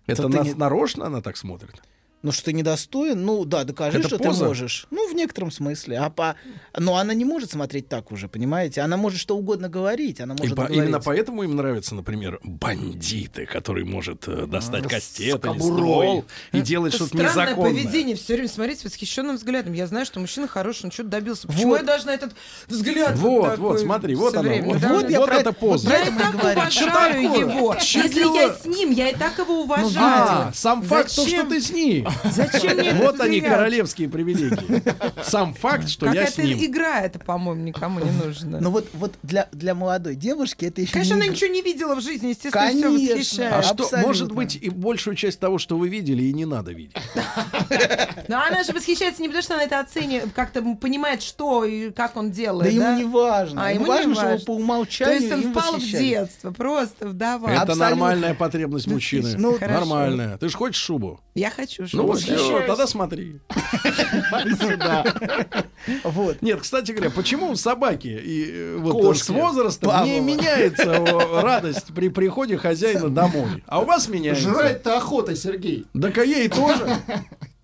Это
ты
нас-
не-
нарочно она так смотрит?
Ну, что ты недостоин, ну да, докажи,
Это
что
поза?
ты можешь. Ну, в некотором смысле. А по... Но она не может смотреть так уже, понимаете? Она может что угодно говорить, она
И
может
по-
говорить.
именно поэтому им нравятся, например, бандиты, который может э, достать кастет или
кобурой.
ствол и делать
Это
что-то
странное
незаконное.
поведение. Все время смотреть с восхищенным взглядом. Я знаю, что мужчина хороший, он что-то добился. Почему я должна этот взгляд
Вот,
такой
вот, смотри, вот
всё
она.
время?
вот
Да,
вот,
да,
я
вот
про
это
это-
поза.
про
Я
это
и
мы
так
говорим.
уважаю
Что такое?
его. Если я с ним, я и так его уважаю.
А, сам факт, то, что
Зачем?
ты с ней.
Зачем мне этот
Вот они,
взгляд?
королевские привилегии. Сам факт, что я с
Какая-то
ним. Ну,
игра это, по-моему, никому не нужна.
Но вот, вот для, для молодой девушки это еще
Конечно,
не
она
игра.
ничего не видела в жизни, естественно, все
Конечно.
А
восхищает.
что, может
Абсолютно.
быть, и большую часть того, что вы видели, и не надо видеть.
Но она же восхищается не потому, что она это оценивает, как-то понимает, что и как он
Да
делает.
ему не важно.
А,
ему,
ему не
важно,
важно.
чтобы
То
по умолчанию
есть он
им
впал в
восхищались.
детство, просто вдова.
Это
Абсолютно.
нормальная потребность мужчины.
Ну,
хорошо.
нормальная. Ты же хочешь шубу?
Я хочу,
Ну
чтобы...
вот всё, тогда смотри.
Вот.
Нет, кстати говоря, почему у собаки и э, вот
Кошки.
с возрастом не
Павлова.
меняется э, радость при приходе хозяина домой? А у вас меняется?
Жрать-то охота, Сергей.
Да ка ей тоже. Да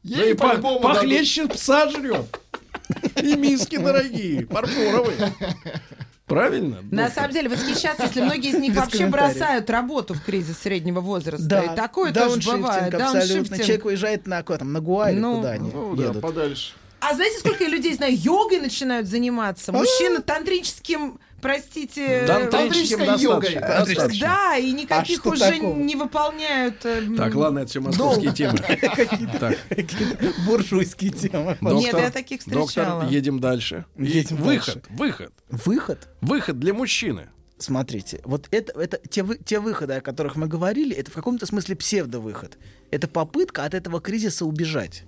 Ей
Ну и пох-
по-любому дадут.
похлеще пса жрет. И миски дорогие, фарфоровые. Правильно? Ну,
На
доктор?
самом деле восхищаться, если многие из них
Без
вообще
комментариев.
бросают работу в кризис среднего возраста.
Да,
и такое тоже
дауншифтинг
бывает.
абсолютно.
Дауншифтинг.
Человек уезжает на, куда там, на Гуаре,
Ну,
куда они
Ну да,
едут.
подальше.
А знаете, сколько я людей знаю? Йогой начинают заниматься.
А?
Мужчины тантрическим, простите... э,
Тантрическим
Тантрической йогой.
достаточно,
Тантрической.
достаточно.
Да, и никаких
А что
уже
такого?
не выполняют. э, м,
Так, ладно, это все московские темы. Так,
Буржуйские темы.
Нет,
доктор,
я таких встречала.
доктор, едем дальше. И
Едем
выход, выход,
Выход
выход для мужчины.
смотрите, вот это, это те, вы- те выходы, о которых мы говорили, это в каком-то смысле псевдовыход. Это попытка от этого кризиса убежать.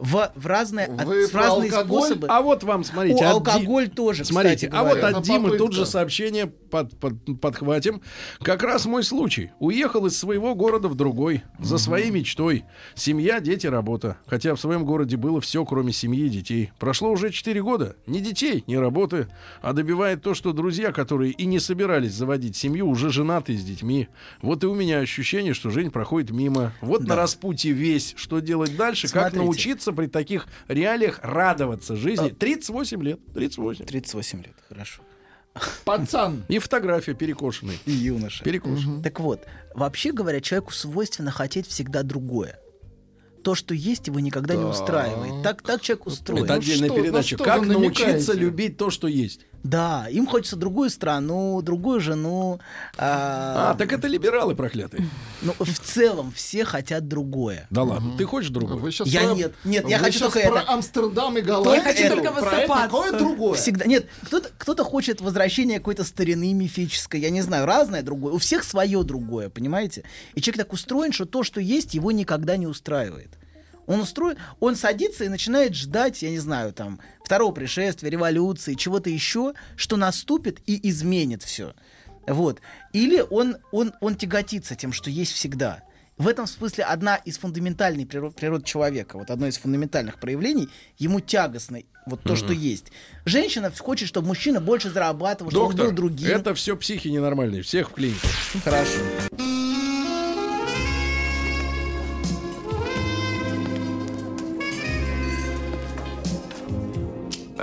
В, в разные, от-
Вы
в
про
разные
алкоголь?
способы.
А вот вам, смотрите.
О,
от Ди-
алкоголь тоже,
Смотрите,
кстати
а вот
говоря.
от
Это
Димы
попытка.
тут же сообщение под, под- подхватим. Как раз мой случай. Уехал из своего города в другой, за своей мечтой. Семья, дети, работа. Хотя в своем городе было все, кроме семьи и детей. Прошло уже 4 года. Ни детей, ни работы. А добивает то, что друзья, которые и не собирались заводить семью, уже женаты с детьми. Вот и у меня ощущение, что жизнь проходит мимо. Вот на распутье весь. Что делать дальше? Как
Смотрите.
научиться при таких реалиях радоваться жизни? 38 лет. 38.
38 лет, хорошо.
Пацан.
И фотография перекошенной.
И юноша.
Перекошенная.
Так вот, вообще говоря, человеку свойственно хотеть всегда другое. То, что есть, его никогда не устраивает. Так, так человек устроен.
Это
Ну
отдельная
что- на
передача.
что
как
вы
научиться
намекаете?
любить то, что есть?
Да, им хочется другую страну, другую жену.
А,
а,
так это либералы проклятые.
Ну, в целом все хотят другое.
Да ладно, ты хочешь другую?
Вы щас
Я
про-
нет, нет, я
вы
хочу
щас
только
про
это.
Амстердам и Голландию.
хочу
Про
только
это
высыпаться.
Какое другое?
Всегда. Нет, кто-то кто хочет возвращения какой-то старины мифической, я не знаю, разное другое. У всех свое другое, понимаете? И человек так устроен, что то, что есть, его никогда не устраивает. Он устроен, он садится и начинает ждать, я не знаю, там, второго пришествия, революции, чего-то еще, что наступит и изменит все. Вот. Или он, он, он тяготится тем, что есть всегда. В этом смысле одна из фундаментальных природ, природ человека, вот одно из фундаментальных проявлений, ему тягостно вот то, что есть. Женщина хочет, чтобы мужчина больше зарабатывал, чтобы он
Доктор,
был другим.
это все психи ненормальные, всех в клинику.
хорошо.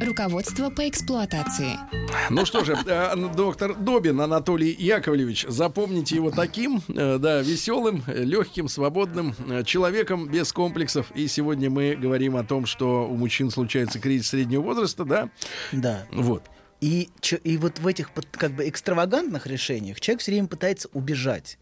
Руководство по эксплуатации.
Ну что же, э, доктор Добин Анатолий Яковлевич, запомните его таким, э, да, веселым, легким, свободным э, человеком без комплексов. И сегодня мы говорим о том, что у мужчин случается кризис среднего возраста, да?
Да.
Вот.
И, чё- и вот в этих под- как бы экстравагантных решениях человек все время пытается убежать.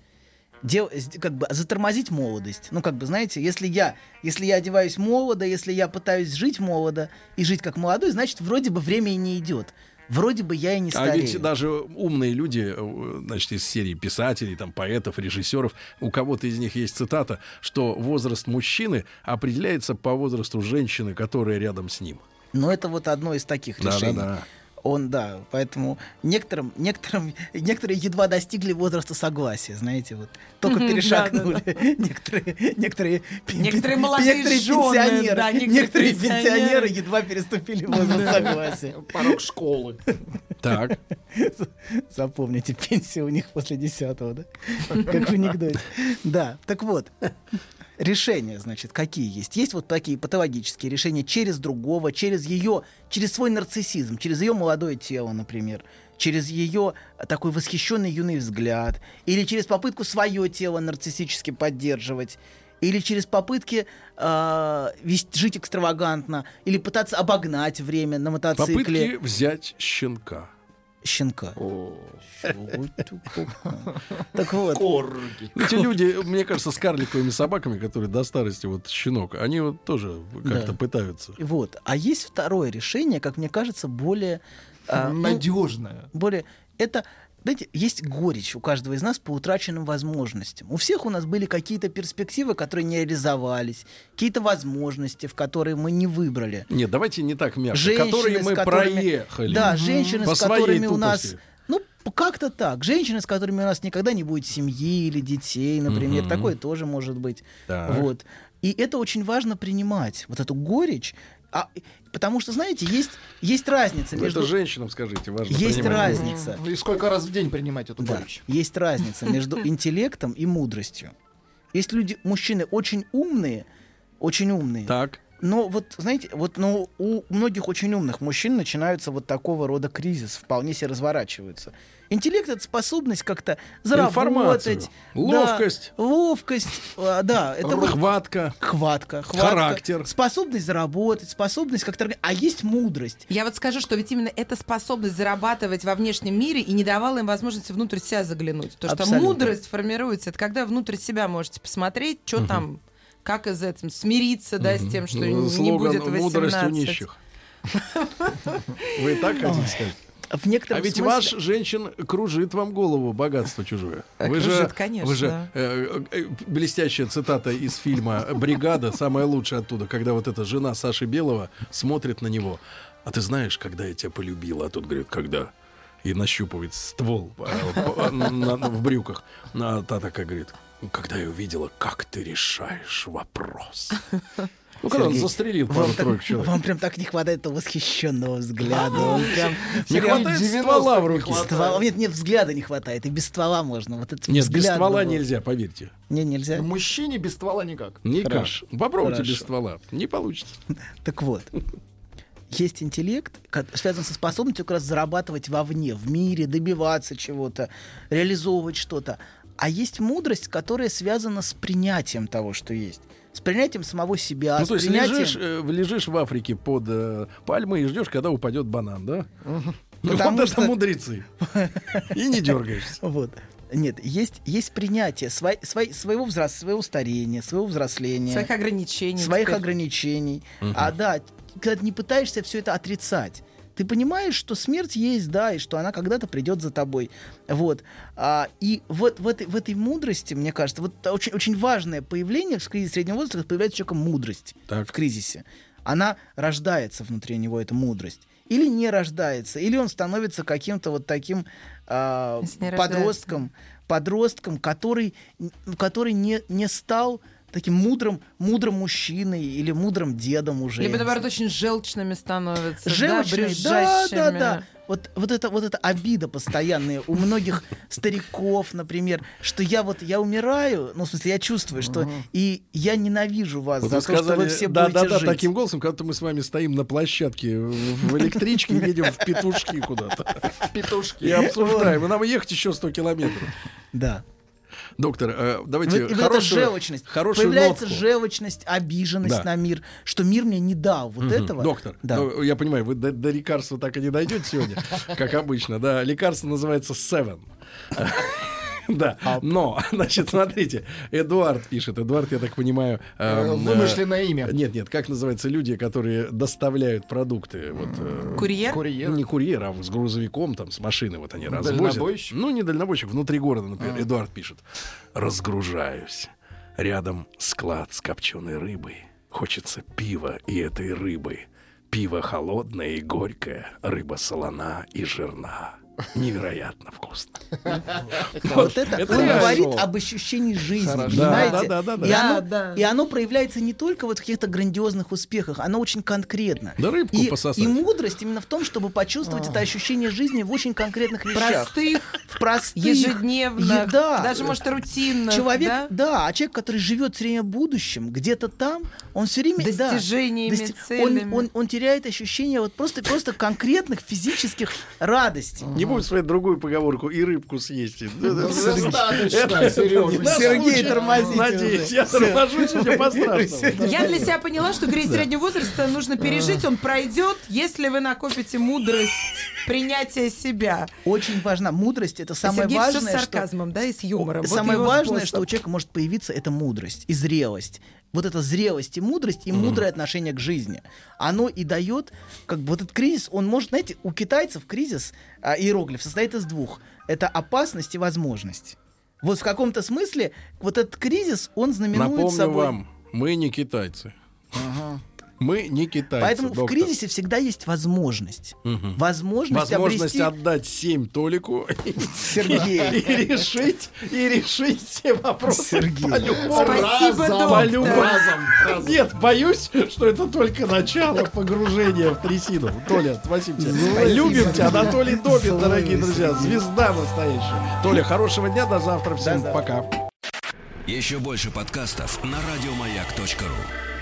Дел, с- как бы затормозить молодость. Ну, как бы, знаете, если я, если я одеваюсь молодо, если я пытаюсь жить молодо и жить как молодой, значит, вроде бы время и не идет. Вроде бы я и не
А
старею.
ведь даже умные люди, э, значит, из серии писателей, там, поэтов, режиссеров, у кого-то из них есть цитата, что возраст мужчины определяется по возрасту женщины, которая рядом с ним.
Но это вот одно из таких
Да, да,
решений.
да.
Он, да, поэтому некоторым, некоторым, некоторые едва достигли возраста согласия, знаете, вот только
Мгм,
перешагнули. Некоторые, некоторые, пен-
Некоторые
пен-
молодые
некоторые
жены,
пенсионеры,
да, некоторые
некоторые
пенсионеры.
пенсионеры едва переступили возраст согласия.
Порог школы.
Так.
Запомните, пенсия у них после десятого, да? Как в анекдоте. Да, так вот. Решения, значит, какие есть? Есть вот такие патологические решения через другого, через ее, через свой нарциссизм, через ее молодое тело, например, через ее такой восхищенный юный взгляд, или через попытку свое тело нарциссически поддерживать, или через попытки э, вести- жить экстравагантно, или пытаться обогнать время на мотоцикле
Попытки взять щенка.
щенка. Так вот,
Корги.
Эти люди, мне кажется, с карликовыми собаками, которые до старости, вот щенок, они вот тоже как-то
Да.
пытаются.
вот. А есть второе решение, как мне кажется, более... а, ну,
Надежная.
более... Это, знаете, есть горечь у каждого из нас по утраченным возможностям. У всех у нас были какие-то перспективы, которые не реализовались, какие-то возможности, в которые мы не выбрали.
Нет, давайте не так мягко.
Женщины,
которые
с
мы
которыми-
проехали.
Да, женщины,
По
с
своей
которыми у нас...
тупости.
Ну, п- как-то так. Женщины, с которыми у нас никогда не будет семьи или детей, например.
Мгм.
Такое тоже может быть.
Так.
Вот. И это очень важно принимать. Вот эту горечь. А, потому что, знаете, есть, есть разница
Ну, Это
между...
женщинам, скажите, важно
Есть
понимать.
разница.
И сколько раз в день принимать эту
Да,
горечь?
есть разница между интеллектом и мудростью. Есть люди, мужчины очень умные, очень умные,
Так.
но вот, знаете, вот но у многих очень умных мужчин начинаются вот такого рода кризис, вполне себе разворачиваются. Интеллект — это способность как-то заработать.
Информацию. Ловкость.
Да, ловкость, а, да. Это вот
Хватка.
хватка, хватка.
Характер.
Способность заработать, способность как-то... органи- А есть мудрость.
Я вот скажу, что ведь именно эта способность зарабатывать во внешнем мире и не давала им возможности внутрь себя заглянуть. Потому что
Абсолютно.
мудрость формируется, это когда внутрь себя можете посмотреть, что там, как из этого смириться, да, с тем, что
Э,
не
Слоган
будет 18.
«Мудрость у нищих». Вы так хотите сказать?
В некотором
А ведь
смысле-
ваш женщин кружит вам голову богатство чужое.
Э,
Вы
кружит,
же,
конечно.
Вы же э, э, блестящая цитата из фильма "Бригада" самая лучшая оттуда, когда вот эта жена Саши Белого смотрит на него. А ты знаешь, когда я тебя полюбила? А тут говорит, когда? И нащупывает ствол э, по- на- на- в брюках. А та такая говорит, когда я увидела, как ты решаешь вопрос. Ну, когда он
Сергей,
застрелил
Вам,
пару-тройку
так,
человек.
вам прям так не хватает этого восхищенного взгляда. Он прям-
Не
прям
хватает
90
ствола в
не
руке.
Ствола. Нет, нет, взгляда не хватает. И без ствола можно. Вот это
Нет, без
взгляд
ствола
был.
нельзя, поверьте.
Не, нельзя.
Ну, Мужчине без ствола никак.
Никак.
Хорошо.
Попробуйте без
Хорошо.
ствола. Не получится.
Так вот. Есть интеллект, ко- связан со способностью как раз зарабатывать вовне, в мире, добиваться чего-то, реализовывать что-то. А есть мудрость, которая связана с принятием того, что есть. С принятием самого себя.
ну,
А с
то есть
принятием-
лежишь, э, лежишь в Африке под э, пальмой и ждешь, когда упадет банан, да? Ну,
Потому
вот это
что-
мудрецы. И не дергаешься.
Вот. Нет, есть, есть принятие свой- свой- своего взросления, своего старения, своего взросления.
Своих ограничений.
своих
теперь.
ограничений. А да, когда ты не пытаешься все это отрицать. Ты понимаешь, что смерть есть, да, и что она когда-то придет за тобой. Вот. А, и вот в этой, в этой мудрости, мне кажется, вот та- очень, очень важное появление в кризисе среднего возраста, когда появляется у человека мудрость
Так.
в кризисе. Она рождается внутри него, эта мудрость. Или не рождается, или он становится каким-то вот таким а,
Если не
подростком, подростком, который, н- который не, не стал таким мудрым, мудрым мужчиной или мудрым дедом уже.
Либо, наоборот, очень желчными становятся. да,
Желчный, да, да,
брюзжащими.
да. Вот, вот, это, вот эта обида постоянная у многих стариков, например, что я вот, я умираю, ну, в смысле, я чувствую, что и я ненавижу вас
Вот
за
вы
то, что вы все
сказали, да,
будете
да, да,
жить.
таким голосом, когда мы с вами стоим на площадке в в электричке и едем в петушки куда-то. И
Петушки.
обсуждаем. И нам ехать еще 100 километров.
Да.
Доктор, э,
Вот,
давайте
Ну, и вот эта
хорошую,
желчность.
хорошую
Появляется
нотку.
желчность, обиженность
Да.
на мир, что мир мне не дал вот
Мгм.
этого.
Доктор,
Да.
ну, я понимаю, вы до, до лекарства так и не дойдете сегодня, как обычно, да. Лекарство называется Seven. Да, но, значит, смотрите, Эдуард пишет, Эдуард, я так понимаю...
Э,
эм,
Вымышленное
э,
имя.
Нет, нет, как называются люди, которые доставляют продукты? Вот, э,
Курьер?
Курьер.
Не курьер, а с грузовиком, там, с машины вот они развозят.
Дальнобойщик?
Ну, не дальнобойщик, внутри города, например. Эдуард пишет. Разгружаюсь. Рядом склад с копченой рыбой. Хочется пива и этой рыбы. Пиво холодное и горькое, рыба солона и жирна. Невероятно вкусно.
Вот это,
Это
он
хорошо.
говорит об ощущении жизни,
Хорошо.
понимаете?
Да, да, да, да.
И, оно,
Да, да.
и оно проявляется не только вот в каких-то грандиозных успехах, оно очень конкретно.
Да рыбку
и,
пососать.
и мудрость именно в том, чтобы почувствовать это ощущение жизни в очень конкретных вещах.
Простых,
В простых.
ежедневных,
Е- да.
даже, может, рутинных.
Человек,
да?
да? а человек, который живет все время будущим, где-то там, он все время да,
Достижениями,
дости-
целями.
Он, он, он теряет ощущение вот просто, просто конкретных физических радостей.
Не будем смотреть другую поговорку и рыбку съесть. и-
Достаточно,
Не
Сережа.
надо
Сергей,
лучше.
тормозите
Надеюсь, я торможу сегодня по-страшному.
Я для себя поняла, что кризис среднего возраста
А.
нужно пережить, он пройдет, если вы накопите мудрость принятия себя.
Очень важна мудрость, это самое
Сергей
важное,
все с
что...
сарказмом, да, и с юмором. Вот
Самое
его
важное,
способ.
что у человека может появиться, это мудрость и зрелость. Вот эта зрелость и мудрость, и мудрое отношение к жизни. Оно и дает, как бы вот этот кризис, он может, знаете, у китайцев кризис, а, иероглиф, состоит из двух. Это опасность и возможность. Вот в каком-то смысле вот этот кризис, он знаменует
Напомню
собой...
вам, мы не китайцы. Мы не китайцы.
Поэтому в
доктор.
кризисе всегда есть возможность.
Мгм.
Возможность,
Возможность
обрести...
отдать 7 Толику и,
Сергей.
и решить, и решить все вопросы
Сергей.
по-любому.
Спасибо,
Разом,
доктор.
по-любому. Нет, боюсь, что это только начало погружения в трясину. Толя, спасибо тебе.
Ну,
Любим тебя, Анатолий Добин, дорогие друзья. Звезда настоящая. Толя, хорошего дня, до завтра. Всем пока.
Еще больше подкастов на радиомаяк.ру.